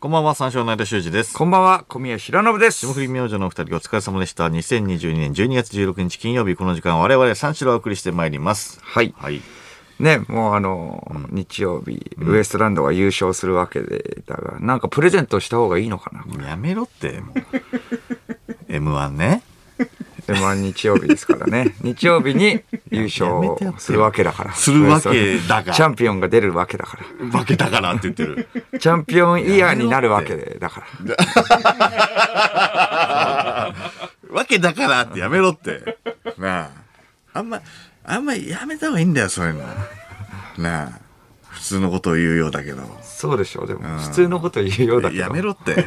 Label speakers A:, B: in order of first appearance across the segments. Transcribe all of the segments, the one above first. A: こんばんは、三照の間修二です。
B: こんばんは、小宮平信です。
A: 霜降り明星のお二人お疲れ様でした。2022年12月16日金曜日、この時間我々三四郎をお送りしてまいります。
B: はい。
A: はい。
B: ね、もうあの、日曜日、ウエストランドが優勝するわけで、だが、なんかプレゼントした方がいいのかな
A: やめろって、もう。M1 ね。
B: ?M1 日曜日ですから ね。日曜日に
A: やめてや
B: 優
A: っ
B: 勝
A: て
B: するわけだから。
A: するわけだが
B: チャンピオンが出るわけだか
A: 負けたからって言ってる。
B: ら。チャンピオンイヤーになるわけで、だから。
A: わけだからってやめろって。なあ。あんま、あんまやめた方がいいんだよ、そういうの。なあ。普通のことを言うようだけど。
B: そうでしょう。でも、普通のこと言うようだけど。
A: やめろ って。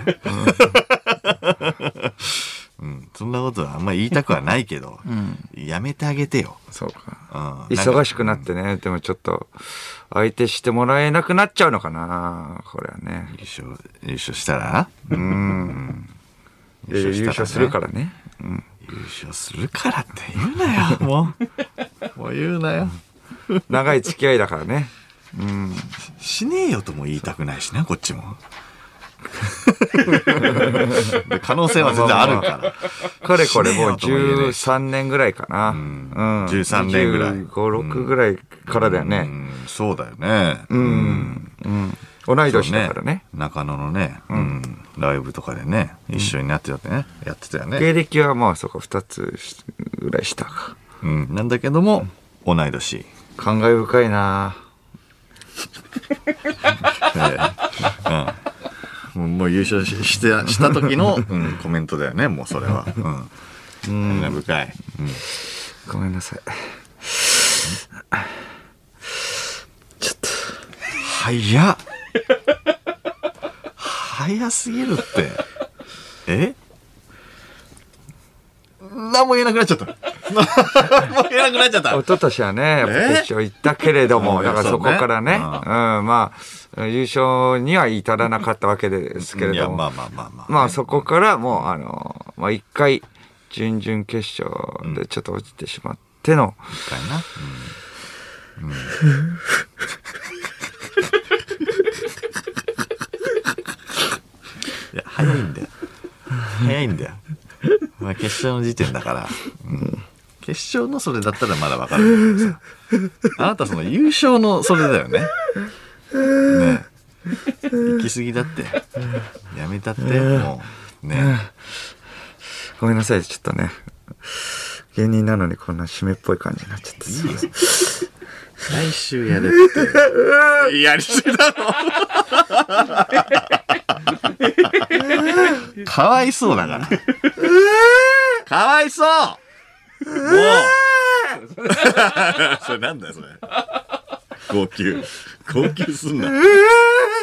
A: うん、そんなことはあんま言いたくはないけど、やめてあげてよ。
B: そうか。
A: うん
B: 忙しくなってね、でもちょっと、相手してもらえなくなっちゃうのかなこれはね。
A: 優勝優勝したらうん
B: 優
A: したらね
B: 勝するからね。
A: 優勝するからって言うな よもうもう言うなよ
B: 長い付き合いだからね。
A: しねえよとも言いたくないしなこっちも で可能性は全然あるから
B: かれこれもう
A: 死ねよとも言えないし
B: 13年ぐらいかな。うん
A: 13年ぐらい
B: 15、6ぐらいからだよ
A: う
B: ね。
A: んそうだよね
B: う
A: うん
B: ん。うん。同い年だからね。
A: 中野のね、うんライブとかでね一緒になってたってね、やってたよね、
B: 芸歴はまあそうか、2つぐらい下か。
A: うん、なんだけども同い年
B: 感慨深いな
A: もうもう優勝ししてした時 の、うん、コメントだよねもうそれはうん、うん、深い、うん
B: ごめんなさい。ちょっと、
A: 早っ早すぎるってえ何も言えなくなっち ゃった何も言えなくなっちゃった
B: 一昨年はね、やっぱ決勝行ったけれ ども、
A: え
B: だからそこからね、
A: う
B: うんん、
A: そうね
B: まあ、優勝には至らなかったわけですけれ
A: いや
B: ども
A: まあ、まあまあまあ、
B: まあそこからもうあの、まあ一回、準々決勝でちょっと落ちてしまっての、
A: 一回な、うんいや早いんだよ早いんだよ、まあ、決勝の時点だから、うん決勝のそれだったらまだわかるけどさあなたその優勝のそれだよねねえ行き過ぎだってやめたってもうね
B: ごめんなさい、ちょっとね、芸人なのにこんな締めっぽい感じになっちゃって。
A: いいよ来週やれって やりすぎだろかわいそうだから かわいそうもう それなんだよそれ号泣号泣すんな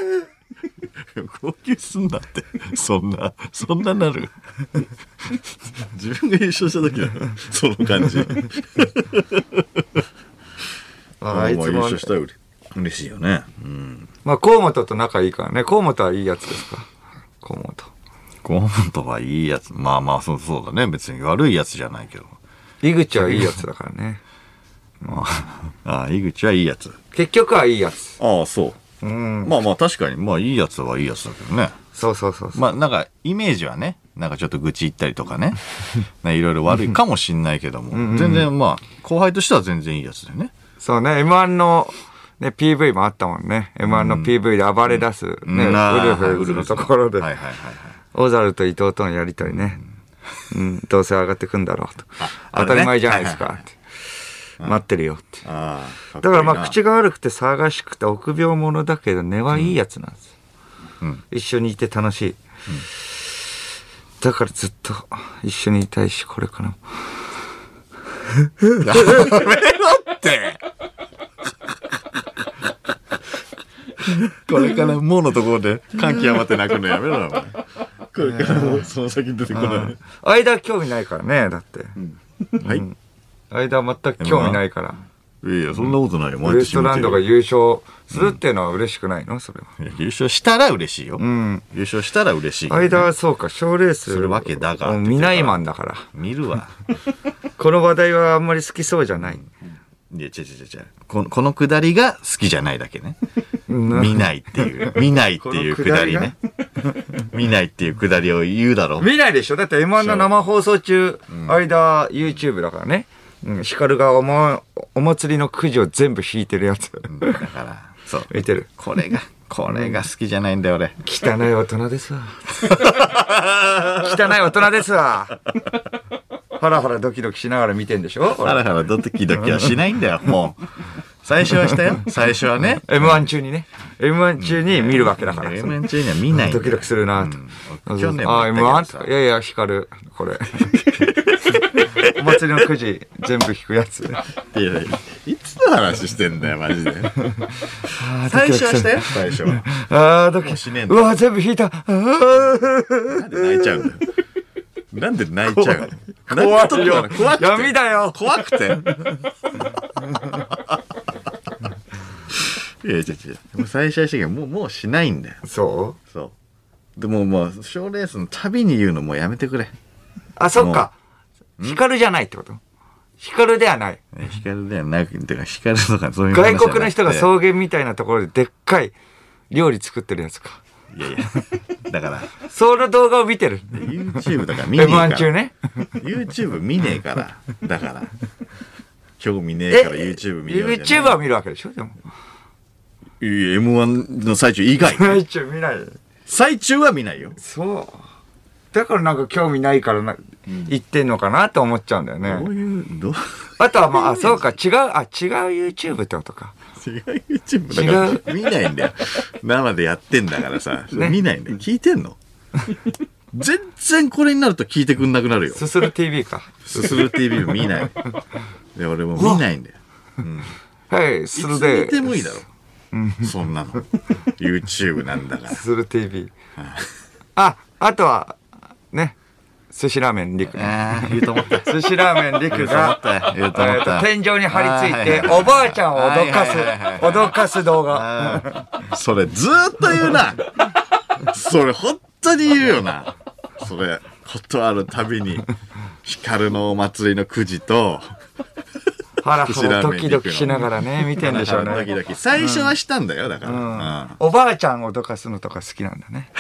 A: 号泣すんなってそんなそんななる自分が優勝した時だろその感 じ
B: ああいつも、
A: たより嬉しいよね。うん。
B: まあ河本と仲いいからね、河本はいいやつですか。河本。
A: ゴンとはいいやつ。まあまあ、そうそうだね。別に悪いやつじゃないけど。
B: 井口はいいやつだか らね。
A: まあ、ああ井口はいいやつ。
B: 結局はいいやつ。
A: ああ、そうう。
B: ん。
A: まあまあ、確かに、まあいいやつはいいやつだけどね。
B: そうそうそうそう。
A: まあなんか、イメージはね、なんかちょっと愚痴言ったりとか ね。ねいろいろ悪いかもしんないけども。全然まあ、後輩としては全然いいやつだよね。
B: そうね、M1 の、ね、PV もあったもんね。M1 の PV で暴れ出す、ね、ウ
A: うんああ
B: ルフルズのところで。
A: はいはいはいはい。
B: オザルと伊藤とのやりとりね。うん、どうせ上がってくんだろうと。
A: あれ
B: 当
A: ね
B: たり前じゃないですか。って待ってるよって。
A: ああ。
B: だからまあ口が悪くて騒がしくて臆病者だけど根はいいやつなんですよ。
A: うん
B: 一緒にいて楽しい。だからずっと一緒にいたいし、これからも。
A: って。 これからもうのところで感極まって泣くのやめろよ。お前これからもうその先出てこない。
B: 間は興味ないからね、だって。
A: はい。
B: 間は全く興味ないから。
A: いやいや、そんなことないよ。
B: ウエストランドが
A: い
B: 優勝するっていうのは嬉しくないのそれは。
A: や優勝したら嬉しいよ。
B: うん。
A: 優勝したら嬉しいけどね。
B: 間はそうか、賞ーレース。
A: するわけだが
B: 見ないマンだから。
A: 見るわ。
B: この話題はあんまり好きそうじゃない。
A: いや、違う違う違う。この、このくだりが好きじゃないだけね。見ないっていう、見ないっていうくだりね。 見ないっていうくだりを言うだろ。
B: 見ないでしょだって M1 の生放送中、間 YouTube だからね。うん、ヒカルがお,、ま、お祭りのくじを全部引いてるやつ。
A: だから、そう。
B: 見てる。
A: これが、これが好きじゃないんだよ、俺。
B: 汚い大人です わ。汚い大人ですわ。ハラハラドキドキしながら見てんでしょ
A: ハラハラドキドキはしないんだよ、もう。最初はしたよ。最初はね。
B: M1 中にね。M1 中に見るわけだから。
A: M1 中には見ないんだ
B: ド
A: よ。
B: キドキするなと。
A: うん去年も言
B: あ、
A: ったけ
B: M1?
A: どさ
B: いやいや、光る。こ れ。お祭りのくじ、全部引くや つ。
A: いやいやいつの話してんだよ、マジで。最初はしたよ、最初は。
B: あー、ドキ
A: うしねえん
B: う
A: だ
B: わ、全部引いた。あー
A: なんで泣いちゃうんだよ。なんで泣いちゃうの
B: 怖
A: 泣くと
B: い
A: こ
B: よ
A: は怖くて。
B: 闇だよ。
A: 怖くて。いやいや違う違う。もう最初はしたけど、もう、もうしないんだよ。
B: そう
A: そう。でももう、賞レースのたびに言うのもうやめてくれ。
B: あ、そっか。光じゃないってこと光ではない。
A: ね光ではなくてか、光とかそういう話じゃ
B: 外
A: なくて
B: 国の人が草原みたいなところででっかい料理作ってるやつか。
A: いやいや。だから、
B: その動画を見てる。
A: YouTube だから見ねえから。
B: M1 中ね。
A: YouTube 見ねえから。だから。興味ねえ
B: え
A: から YouTube 見ようじゃ
B: YouTube
A: ない。
B: は見るわけでしょでも。
A: いや M1 の最中以外。
B: YouTube 見ない。
A: 最中は見ないよ。
B: そう。だからなんか興味ないからな、言ってんのかなって思っちゃうんだよ
A: どう
B: ね。
A: いう、どう、
B: あとはまあ、あそうか、違う、あ、違う YouTube ってことか。
A: 違う YouTube だから見ないんだよ。生でやってんだからさ。
B: ね
A: 見ないんだよ。聞いてん の全然これになると聞いてくんなくなるよ。
B: すする TV か。
A: すする TV も見ない。で、俺も見ないんだよ。
B: はい、す
A: いつ
B: るで。
A: 見てもいいだろ。そんなの。YouTube なんだから。
B: する TV。あ、あとは、ね、寿司ラーメン陸。
A: ああ、言うと思った。
B: 寿司ラーメン陸が、
A: 言うと思っ
B: えっと
A: た。
B: 天井に張り
A: は
B: 付い
A: いはい
B: て、
A: はい
B: おばあちゃんを脅かす
A: はいはいはいはい、
B: 脅かす動画。
A: それずーっと言うな。それ本当に言うよな。それ、ことあるたびに、光のお祭りのくじと、
B: ハラ
A: 寿司
B: ハ
A: ラー
B: ラド
A: メン陸
B: キ
A: の
B: ドキしながらね、見てんでしょう
A: ドキ
B: ね。
A: ドキ最初はしたんだよ、だから。
B: おばあちゃんを脅かすのとか好きなんだね。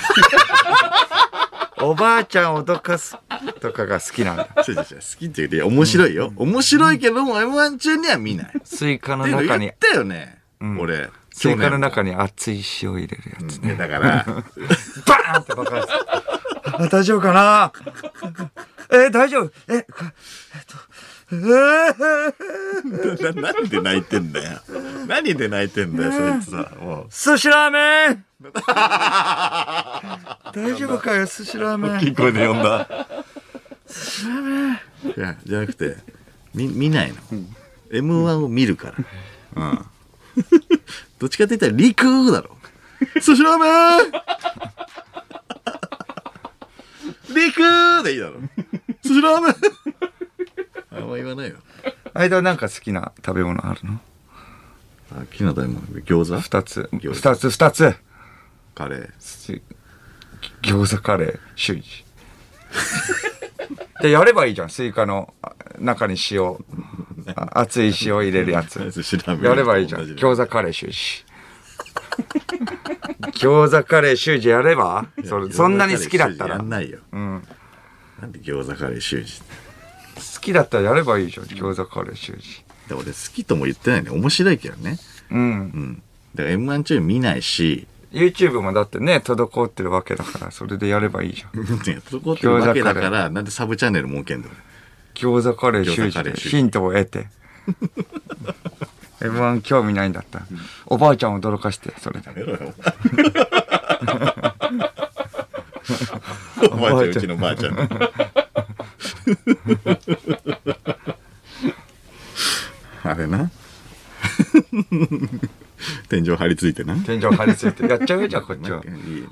B: おばあちゃんを脅かすとかが好きなんだ。
A: うん。違う違う違う好きって言うて、面白いよ。面白いけども、M1 中には見ない。っ
B: スイカの
A: ていうの
B: 中
A: 言
B: に
A: っ、たよね。俺、
B: スイカの中
A: に。
B: に熱い塩入れるやつ
A: いや
B: ね。
A: だから、
B: バーンって爆発。あ大丈夫かなえー、大丈夫え、こえっと、えー、
A: な 何で泣いてんだよ。何で泣いてんだよ、そいつは。もう。
B: 寿司ラーメン大丈夫かよ、寿司ラーメ
A: 大
B: ン
A: き。い声で呼んだ。いや、じゃなくて、見、見ないの。M1 を見るから。うん。どっちかって言ったら、陸だろ。寿司ラーメン陸でいいだろ。寿司ラーメンあんま言わないよ。
B: 間なんか好きな食べ物あるの
A: あ、きな大門、餃子
B: 二つ。
A: 餃子
B: 二つ、二つ。
A: カレー。
B: し餃子カレー、シュイチ。で、やればいいじゃん。スイカのあ中に塩、あ熱い塩入れるや つ。
A: 寿司ラーメン。
B: やればいいじゃん。
A: 同だ
B: 餃子カレー、シュイチ。餃子カレー、シュイチやればそれそんなに好きだったら。
A: やん
B: 好
A: ないよ。なんで餃子カレー習字って。
B: きだったらやればいいじゃん。餃子カレー、シュイチ。
A: で俺好きとも言ってないね。面白いけどね。
B: うん。
A: うん。だから M1 中見ないし、
B: YouTube もだってね、滞ってるわけだから、それでやればいいじゃん。
A: 滞ってるわけだから、なんでサブチャンネル設けんだ俺。
B: 餃子カレー
A: 餃子
B: 習字
A: カレー
B: で
A: 習字
B: ヒントを得て M1 興味ないんだった、おばあちゃんを驚かしてそれで
A: やめろよ。 おばあちゃん、うちのばあちゃん。 あれな。天井張り付いてな。
B: 天井張り付いてやっちゃうよじゃあこっちは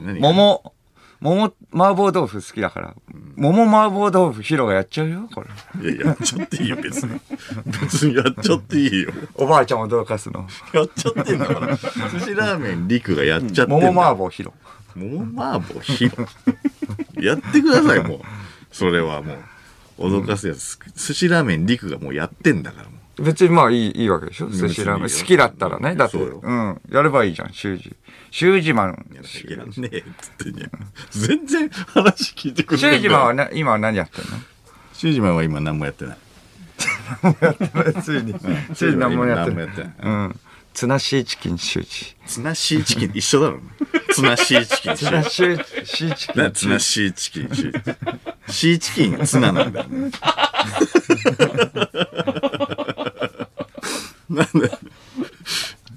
A: 何
B: 桃桃麻婆豆腐好きだから、桃麻婆豆腐ヒロがやっちゃうよこれ
A: いや、やっちゃっていいよ、別に。別にやっちゃっていいよ。
B: おばあちゃんを驚かすの
A: やっちゃってんだから。寿司ラーメン、リクがやっちゃってんだ。
B: 桃麻婆ヒロ
A: 桃麻婆 ひろ。やってください、もう。それはもう。脅かすやつ。寿司ラーメン、リクがもうやってんだから、もう。
B: 別にまあいい、いいわけでしょ
A: ん
B: 寿司ラーメン。
A: 別にいいよ
B: 好きだったらね。だって、
A: そうよ
B: うん。やればいいじゃん、修二。修二マン。
A: いやいやねえっつってね全然話聞いてくれな
B: 修
A: い
B: 二マンはな今は何やってん
A: シュージマンは今何もやって ない
B: のついに。ついに何もやって
A: 何も
B: な
A: や
B: い
A: ってない。
B: うん。ツナシーチキン修二。
A: ツナシーチキン一緒だろツナシーチキンシ ュ
B: ツ
A: ー
B: ナ
A: ジ
B: シーシーチキ
A: な
B: ン。
A: ツナシーチキンシュージシーチキンがツナなんだよねなんで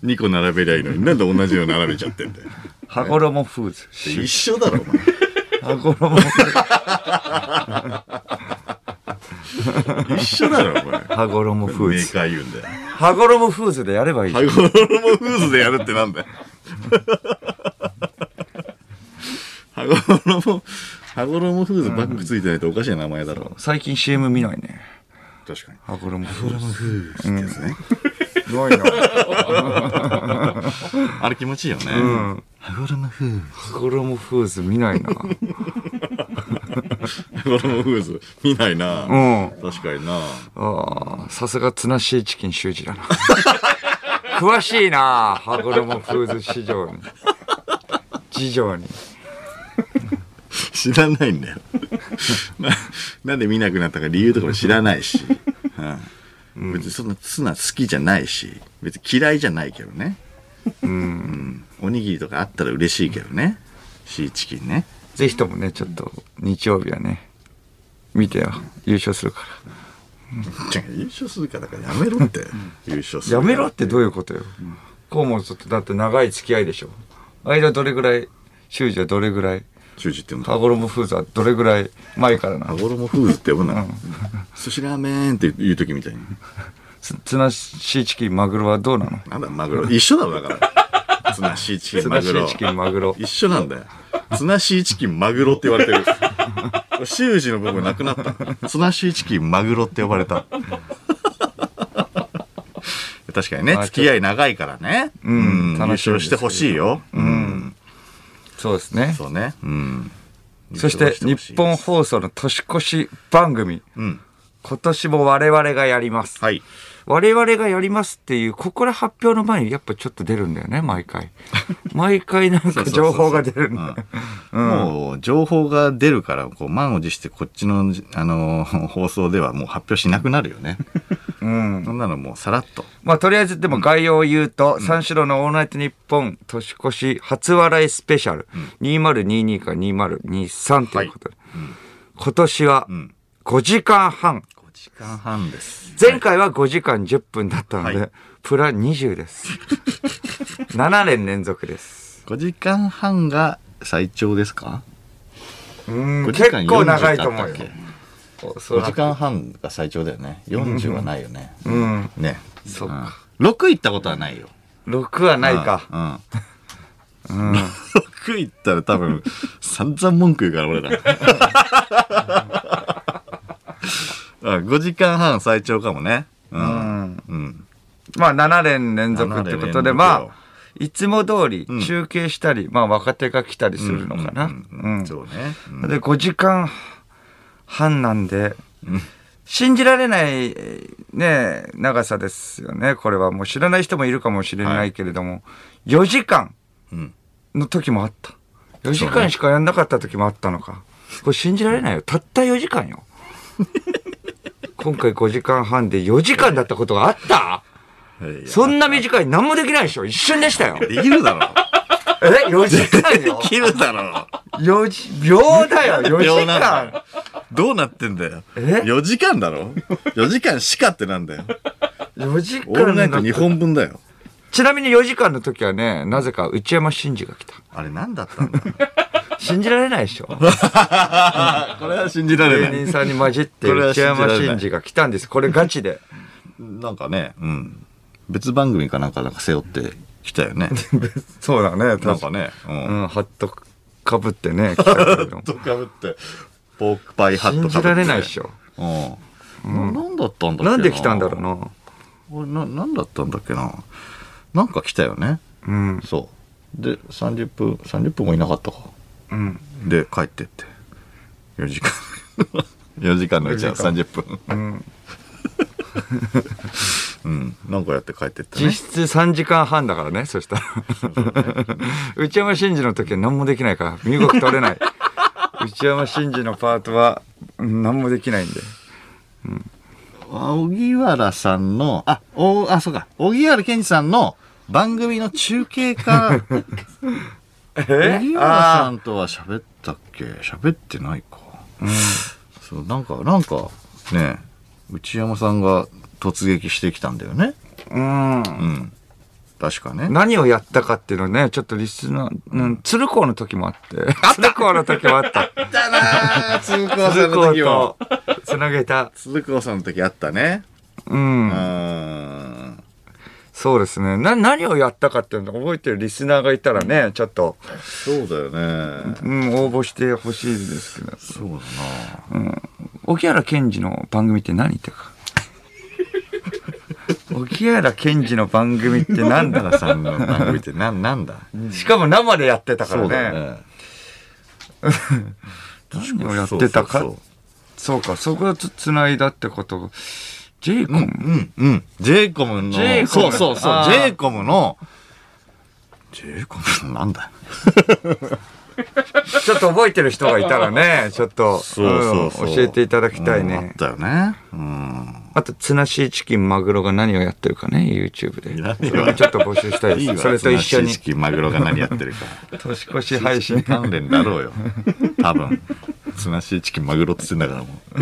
A: 2個並べりゃいいのになんで同じの並べちゃってんだよ
B: 羽衣フーズ。
A: 一緒だろお前
B: 羽衣フーズ。
A: 一緒だろお前
B: 羽衣フ
A: メ
B: ー
A: ー
B: ズ。
A: カー言うんだよ
B: 羽衣フーズでやればいいじゃん
A: ハ。ゴロモフーズでやるってなんだよ。ハゴロモ、ハゴロモフーズバックついてないとおかしい名前だろ。
B: 最近 CM 見ないね。
A: 確かに。
B: 羽衣フーズ。
A: フーズってやつね。
B: すごいな。
A: あれ気持ちいいよね。
B: ん
A: ハゴロモフーズ。
B: 羽衣フーズ見ないな。
A: ハゴロモフーズ見ないな。
B: うん。
A: 確かにな。
B: ああ、さすがツナシーチキン修二だな。詳しいな、羽衣フーズ市場に。事情に。
A: 知らないんだよ。 ななんで見なくなったか理由とかも知らない し。うん、別にそんなツナ好きじゃないし、別に嫌いじゃないけどね。うん。おにぎりとかあったら嬉しいけどね。シーチキンね。
B: ぜひともね、ちょっと日曜日はね、見てよ。優勝するか
A: 優勝するからからやめろって。優勝す
B: ら。
A: る
B: や
A: から
B: めろってどういうことよ。河本とだって長い付き合いでしょ。間どれぐらい、修二はどれぐらい、
A: 中止っても
B: 羽衣フーズはどれぐらい前からな
A: 羽。衣フーズって呼ぶな。寿司ラーメンって言う時みたいに。
B: ツツナシーチキンマグロはどうなの
A: なんだ、マグロ。一緒だろ、だ から。ツナシーチキン、
B: ツナ
A: マ
B: シ
A: グロ
B: ー。チキンマグロ。
A: 一緒なんだよ。ツナシーチキンマグロって言われてる。シュージの部分なくなった。ツナシーチキンマグロって呼ばれた。確かにね、
B: あ
A: 付き合い長いからね。うん優
B: 楽しみ
A: 勝
B: です
A: してほしいよ。うん。
B: そうですね。
A: そうね。うん。
B: そして日本放送の年越し番組、
A: ん
B: 今年も我々がやります、
A: はい。
B: 我々がやりますっていうここら発表の前にやっぱちょっと出るんだよね毎回毎回なんか情報が出るんだよ
A: うんもう情報が出るからこう満を持してこっちの、あのー放送ではもう発表しなくなるよ ね。
B: うん
A: そんなのもうさらっと。
B: まあとりあえずでも概要を言うと、三四郎の「オールナイトニッポン」年越し初笑いスペシャル、2022か2023ということで、今年は
A: ん
B: 5時間半、
A: 5時間半です。
B: 前回は5時間10分だったので、
A: はい
B: プラ20です。7年連続です。
A: 5時間半が最長ですか5時間
B: 結構長いと思うよ
A: 40だったっ。
B: おそ
A: 5
B: ら
A: 時
B: く。
A: 間半が最長だよね。40はないよね。
B: うん。
A: ね。
B: そっか
A: うん。6行ったことはないよ。
B: 6はないか。
A: うん。うん。6行ったら多 分、散々文句言うから俺ら。5時 間半最長かもね。う。
B: うんん。
A: うん。
B: まあ7年連続って
A: 7年連
B: こと
A: 続
B: で、
A: よ
B: まあ、いつも通り
A: うん
B: 中継したり、まあ若手が来たりするのかな。う
A: うんうんうん
B: ん。
A: そうね。うん
B: で、5時間半なんで、信じられない、えーね、長さですよね。これはもう知らない人もいるかもしれないけれども、4時間
A: うん
B: の時もあった。4時間しかやんなかった時もあったのか。これ信じられないよ。たった4時 間よ。今回5時間半で4時間だったことがあった
A: はい
B: そんな短い何もできないでしょ一瞬でしたよえ
A: できるだろ。
B: ?4 時間よ
A: できるだろ。
B: ?4 時、秒だ よ !4 時
A: 秒なんだ
B: 間
A: よどうなってんだよ。
B: え
A: 4時間だろ ?4 時間しかってなんだよ。
B: !4 時間
A: オールナイト
B: だった
A: 2本分だよ。
B: ちなみに4時間の時はね、なぜか内山信二が来た。
A: あれ何だったんだ
B: 信じられないでしょ
A: これは信じら
B: 芸人さんに混じって
A: これは
B: 内
A: 信じられな
B: 山
A: い
B: 信二が来たんです。これガチで。
A: なんかね、うん。別番組かなんかなんか背負ってきたよね。
B: そうだね、
A: なんか。ね、う。
B: うんん、ハットかぶって ね、来たけれども
A: ハットかぶって、ポークパイハットかぶ
B: 信
A: って。
B: じられないでし
A: ょ。
B: ょ。
A: うん。何だったんだっけな
B: なんで来たんだろうな。
A: これな、何だったんだっけななんか来たよね。
B: うん、
A: そう。で、30分、30分もいなかったか。
B: うん。
A: で帰ってって4時 間4時間のうちは
B: 4
A: 30分
B: うん
A: うん、なんかやって帰ってった
B: 実
A: ね。
B: 質3時間半だからね、そしたら。内山真二の時は何もできないから、身動き 取れない。内山真二のパートはうん何もできないんで。
A: 荻原さんの、あ、お、あ、そうか、荻原健二さんの番組の中継 か、荻原さ
B: あ
A: んとは喋ったっけ喋ってないか。そう、なんか、なんか、ね、内山さんが突撃してきたんだよね。
B: あうん。
A: うん。確かね。
B: 何をやったかっていうのね、ちょっとリスナー、うん、鶴光の時もあって。鶴光の時もあ った。
A: ったなー鶴光さ
B: 鶴
A: んの
B: 光
A: 時も
B: と。つなげた。
A: 鶴光さんの時あったね。
B: う。
A: うんーん。
B: そうですね。な、何をやったかっていうの覚えてるリスナーがいたらね、ちょっと、
A: そうだよね。
B: うん、応募してほしいですけど。
A: そうだな
B: 沖原健二の番組って何ってか。沖原健二の番組ってなん
A: だか
B: だ
A: らさんの番組ってな、なんだ
B: しかも生でやってたか
A: そうだ
B: らね。
A: よね。
B: 何をやってたか。
A: そ
B: そううか、そこはつつないだってこと。ジェイコ
A: そうそう
B: ム、
A: うん、うん、うん。ジェイコムの、
B: J コ
A: そ
B: ム
A: うそうそう、
B: あ
A: ジ
B: ー
A: ェイコムの、ジェイコムなんだ
B: ちょっと覚えてる人がいたら ね、ちょっと、ん教えていただきたい
A: うんあっ
B: ね。
A: たよね。うん。
B: あと、ツナシーチキンマグロが何をやってるかね、YouTube で。
A: 何を
B: それもちょっと募集したいです。それと一緒に
A: 知。識マグロが何やって るか。
B: 年越し配信。
A: 関連だろうよ。多 分。ツナシーチキンマグロって言ってんだからもう。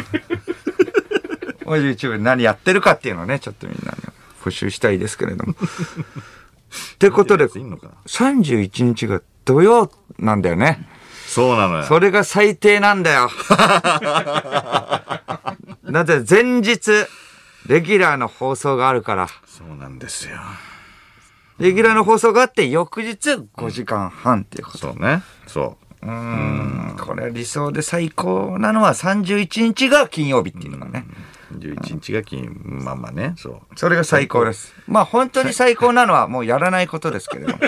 B: まあ YouTube で何やってるかっていうのをね、ちょっとみんなに募集したいですけれども。 ってこと で、
A: いいのかな
B: 31日が土曜なんだよね。
A: そうなのよ。
B: それが最低なんだ よ。なぜ前日、レギュラーの放送があるから。
A: そうなんですよ。
B: レギュラーの放送があって、翌日5時間半っていうこと。
A: そうね。そう
B: ーん、これ理想で最高なのは31日が金曜日っていうのがね。
A: う。11日が金、まあまあね。そう。
B: それが最高です。まあ本当に最高なのはもうやらないことですけれども。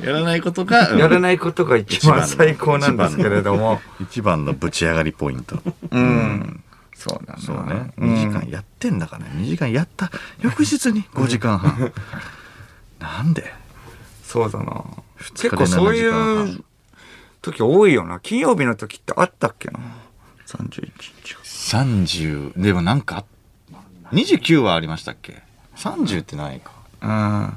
A: やらないことが、
B: やらないことが一番最高なんですけれども。
A: 一番のぶち上がりポイント。
B: うん。そうなんだ。
A: そうね。
B: うん
A: 2時間やってんだからね。2時間やった。翌日に5時間半。なんで
B: そうだな。
A: 二日
B: 結
A: で
B: 構そうい
A: 7時間
B: う時多いよな。金曜日の時ってあったっけな。31日。
A: ?30。でもなんか、29はありましたっけ ?30 ってないか。
B: うん。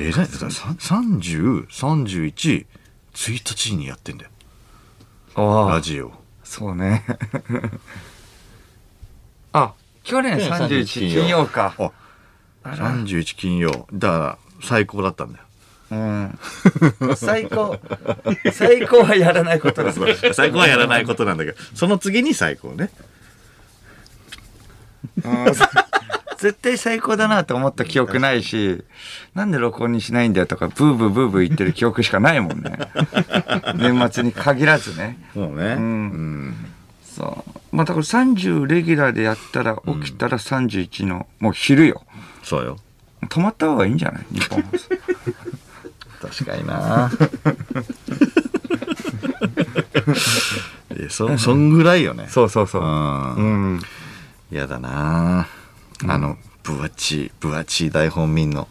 A: えらい。だからさ30、31、1日にやってんだよ。
B: あ
A: ラ
B: あ、
A: ジオ。
B: そうね。 あ、去年31金曜か。
A: あ、31金曜。だから、最高だったんだよ。
B: うん。最高。最高はやらない ことです。
A: 最高はやらないことなんだけど、その次に最高ね。
B: 絶対最高だなと思った記憶ないし、なんで録音にしないんだよとか、ブーブーブーブー言ってる記憶しかないもん ね。年末に限らずね。
A: そうね。
B: ん
A: うん
B: そう。まあ、だから30レギュラーでやったら、起きたら31の、もう昼よ。
A: そうよ。
B: 止まった方がいいんじゃない日本放送
A: 確かに なえそ、そんぐらいよね。。
B: そうそうそうう。うんん。
A: 嫌だなあの、分厚い、分厚い大本民 の。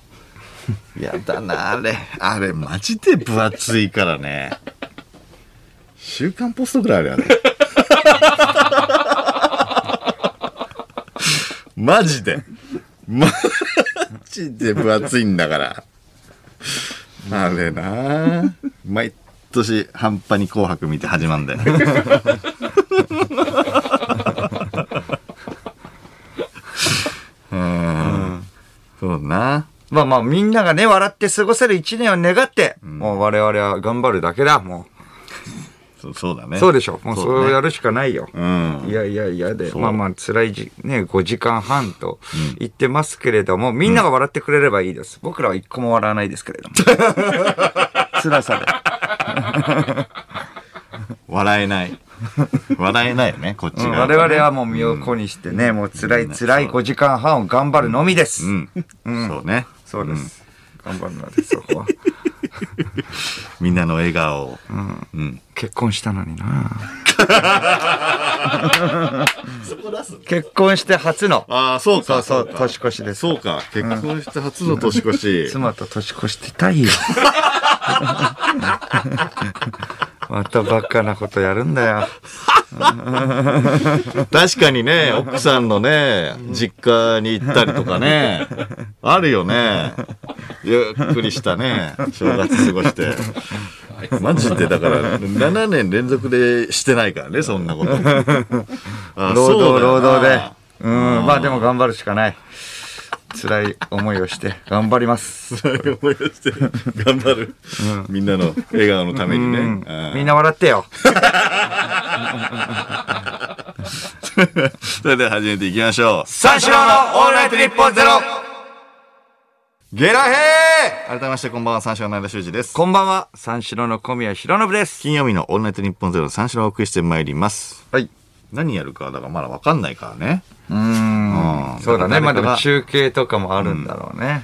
A: やだなあれ。あれ、マジで分厚いからね。週刊ポストぐらいある よね。マジで。マジで分厚いんだから。あれなあ毎年半端に紅白見て始まるんだよ。 うん。そうだな。
B: まあまあ、みんながね、笑って過ごせる1年を願って、もう我々は頑張るだけだ、も
A: そうそうだ
B: う。
A: ね。
B: そうでしょ。もう
A: だ
B: そう
A: ね
B: やるしかないよ。
A: うん
B: い。やいやいやで、
A: そう
B: まあまあ辛いじ、ね、5時間半と言ってますけれども、みんなが笑ってくれればいいです。僕らは一個も笑わないですけれども。 辛さで。
A: 笑え ない。笑えないよね、こっち
B: うん
A: が。
B: 我々はもう身を粉にしてね、もう辛い辛い5時間半を頑張るのみです。
A: うん。そうね。
B: そうです。頑張るのです、そこは。
A: みんなの笑顔を。うん。
B: 結婚したのにな。
A: そこ出す
B: 結婚して初の
A: ああ、そうか。
B: そうそう
A: か
B: 年越しです
A: そうか。結婚して初の年越し。
B: 妻と年越してたいよまたバカなことやるんだよ
A: 確かにね、奥さんのね、実家に行ったりとか ね、あるよね。ゆっくりしたね、正月過ごして。マジでだから、7年連続でしてないからね、そんな こと。あ
B: 労
A: そうだよ
B: 働労
A: な
B: 働でうんまあでも頑張るしかない辛い思いをして頑張ります
A: そういう思いをして、 頑張る。みんなの笑顔のためにね。あー
B: みんな笑ってよ
A: それでは始めていきましょう。
B: 三四郎のオールナイトニッポンゼロ
A: ゲラヘー改めましてこんばんは、三四郎の間修二です。
B: こんばんは三四郎の小宮浩信です
A: 金曜日のオールナイトニッポンゼロ三四郎をお送りしてまいります。
B: はい
A: 何やるかだからまだ分かんないからね
B: うー
A: うん
B: んそうだねまあで
A: 誰
B: も
A: かが
B: 中継とかもあるんだろうね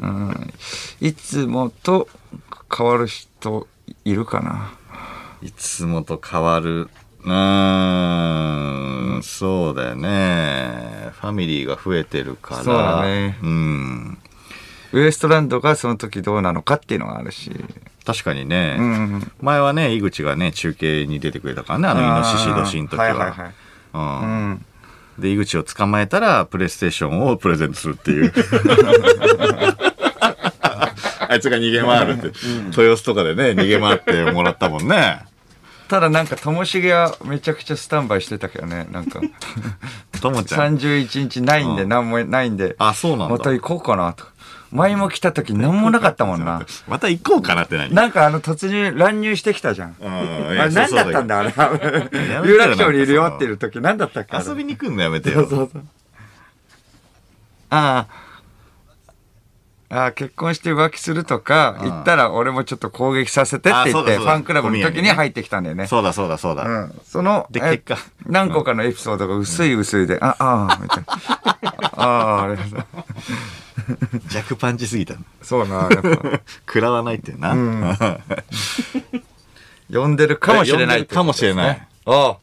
B: うん、うんいつもと変わる人いるかない
A: つもと変わるうーんそうだよねファミリーが増えてるから
B: そうだね
A: うん
B: ウエストランドがその時どうなのかっていうのがあるし
A: 確かにね、
B: うん
A: 前はね井口がね中継に出てくれたからねあのイノシシ年の時は
B: はいはいはい
A: うん
B: うん
A: で井口を捕まえたらプレイステーションをプレゼントするっていう あいつが逃げ回るって、豊洲とかでね逃げ回ってもらったもんね
B: ただなんかともしげはめちゃくちゃスタンバイしてたけどね なんか
A: ともちゃん
B: 31日ないんで何もないんで
A: あそうなんだ
B: また行こうかなと前も来た時何もなかったもんな
A: また行こうかなって何
B: なんかあの突入乱入してきたじゃん
A: うんいや
B: あれ何だったんだあれ
A: やめてよ
B: 有楽町にいるよっていう時何だったっけあれ
A: 遊びに行くのやめてよ。
B: そうそうああああ結婚して浮気するとか言ったら俺もちょっと攻撃させてって
A: あそ
B: 言
A: う
B: っ
A: だ
B: て
A: そう
B: フ
A: だ
B: ァンクラブの時に入ってきたんだよね
A: そうだそうだそうだ。
B: うんその
A: で
B: え
A: 結果
B: 何個かのエピソードが薄い薄いで、ああーみた いなあああれ
A: 弱パンチす ぎた。
B: そうなやっ ぱ
A: 食らわないってな。
B: 呼んでるかもしれないってことです
A: かもしれ
B: ね、
A: ない
B: あ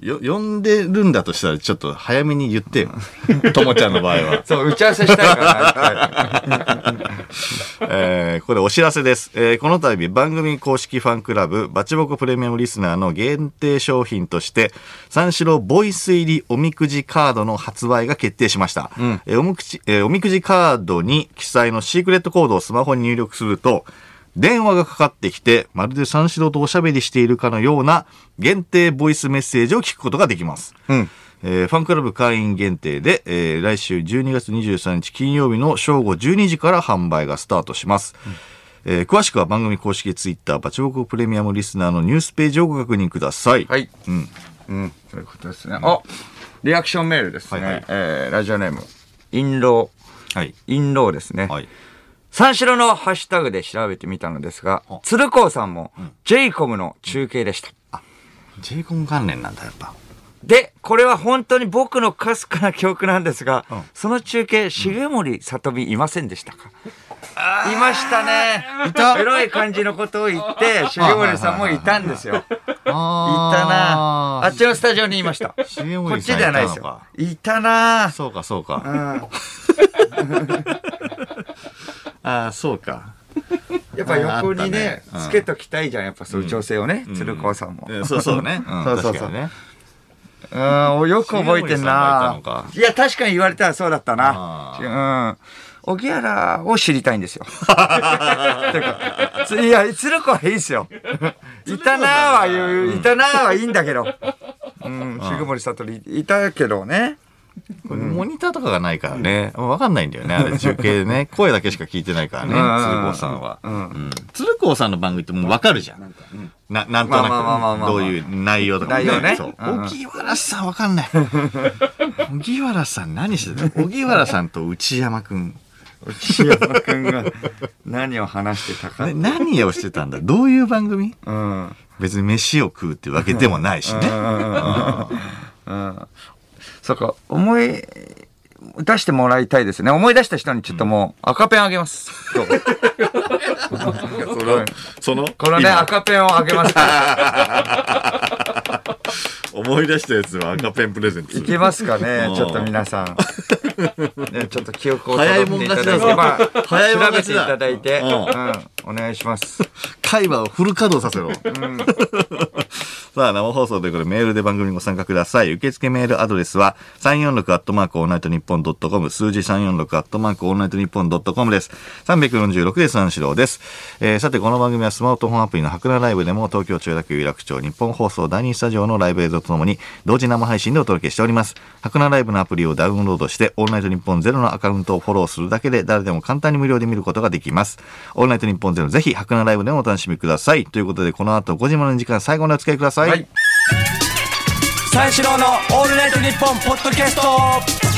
A: よ、呼んでるんだとしたらちょっと早めに言ってよ。ともちゃんの場合は
B: あ。そう打ち合わせしたいから
A: えーここでお知らせです。えーこの度番組公式ファンクラブバチボコプレミアムリスナーの限定商品として三四郎ボイス入りおみくじカードの発売が決定しました。えーおみくじ、えーおみくじカードに記載のシークレットコードをスマホに入力すると電話がかかってきてまるで三四郎とおしゃべりしているかのような限定ボイスメッセージを聞くことができます。
B: うん
A: えーファンクラブ会員限定で、えー来週12月23日金曜日の正午12時から販売がスタートします。えー詳しくは番組公式ツイッター、バチボコプレミアムリスナーのニュースページをご確認ください。
B: はい
A: うん。
B: うんそういうことですねあリアクションメールですね、
A: はいはい
B: えーラジオネーム印籠
A: はい。
B: 印籠ですね、
A: はい。
B: 三四郎のハッシュタグで調べてみたのですが鶴光さんも j コムの中継でした、
A: ジェイコン関連なんだ、やっぱ。
B: で、これは本当に僕のかすかな記憶なんですが、
A: ん
B: その中継、重森さとみいませんでしたか、いましたね。い
A: た
B: エロい感じのことを言って、重森さんもいたんですよ。いたなあっちのスタジオにいました。こ
A: 重
B: っ
A: 森
B: ち
A: さん
B: ではないです
A: いたの
B: よ
A: か。
B: いたなあ
A: そうか、そう
B: う
A: か。
B: ん。
A: ああ、そうか。
B: やっぱ横にね
A: ああったねうん、
B: つけときたいじゃん。やっぱそういう女性をね、鶴光さんも。
A: えーそうそうね。うん
B: そうそう
A: 確か
B: そう
A: にね。
B: うん、よく覚えてん
A: 重森さ
B: なん
A: がいたのか
B: いや、確かに言われたらそうだったな。うん。荻原を知りたいん ですよ。てかついや、鶴子はいいですよ。いたなーは言う、いたなーはいいんだけど。うん、重森さとりいたけどね。
A: これモニターとかがないからね。わかんないんだよね。 あれ中継でね。声だけしか聞いてないからね。
B: うん
A: 鶴光さんは。うん鶴光さんの番組ってもうわかるじゃん。な、なんと
B: まあまあまあまあ
A: な
B: ま
A: く、
B: あ
A: どういう内容とかも
B: 内容ね
A: そう。
B: うん
A: 荻原さんわかんない。 荻原さん何してたの荻原さんと内山くん。
B: 内山くんが何を話してたか。
A: ね何をしてたんだどういう番組
B: うん。うん
A: 別に飯を食うってわけでもないしね。
B: うん。そうか、思い出してもらいたいですね。思い出した人にちょっともう赤ペンあげます。今日
A: その、その、
B: このね、
A: 今
B: 赤ペンをあげますから。
A: 思い出したやつは赤ペンプレゼントす
B: いけ
A: る。
B: ますかね
A: うん
B: ちょっと皆さん。ね、ちょっと記憶を
A: 早い
B: 辿
A: も
B: っ
A: ん
B: ていた
A: 勝ちだ
B: だい
A: ぞ
B: て、まあ、
A: 早いもん
B: 調べ
A: 勝
B: て
A: ち
B: い
A: だ
B: ただいて、
A: う
B: うん、お願いします。
A: 会話をフル稼働させろ。 さあ、生放送ということでメールで番組にご参加ください。受付メールアドレスは、346アットマークオールナイトニッポンドットコム、数字346アットマークオールナイトニッポンドットコムです。346で三四郎です。えーさて、この番組はスマートフォンアプリの白菜ライブでも、東京千代田区有楽町日本放送第2スタジオのライブ映像とともに、同時生配信でお届けしております。白菜ライブのアプリをダウンロードして、オールナイトニッポンゼロのアカウントをフォローするだけで、誰でも簡単に無料で見ることができます。オールナイトニッポンゼロ、ぜひ白菜ライブでもお楽しみください。ということで、この後5時までの時間、最後までお付き合いください
B: 三四郎のオールナイトニッポンポッドキャスト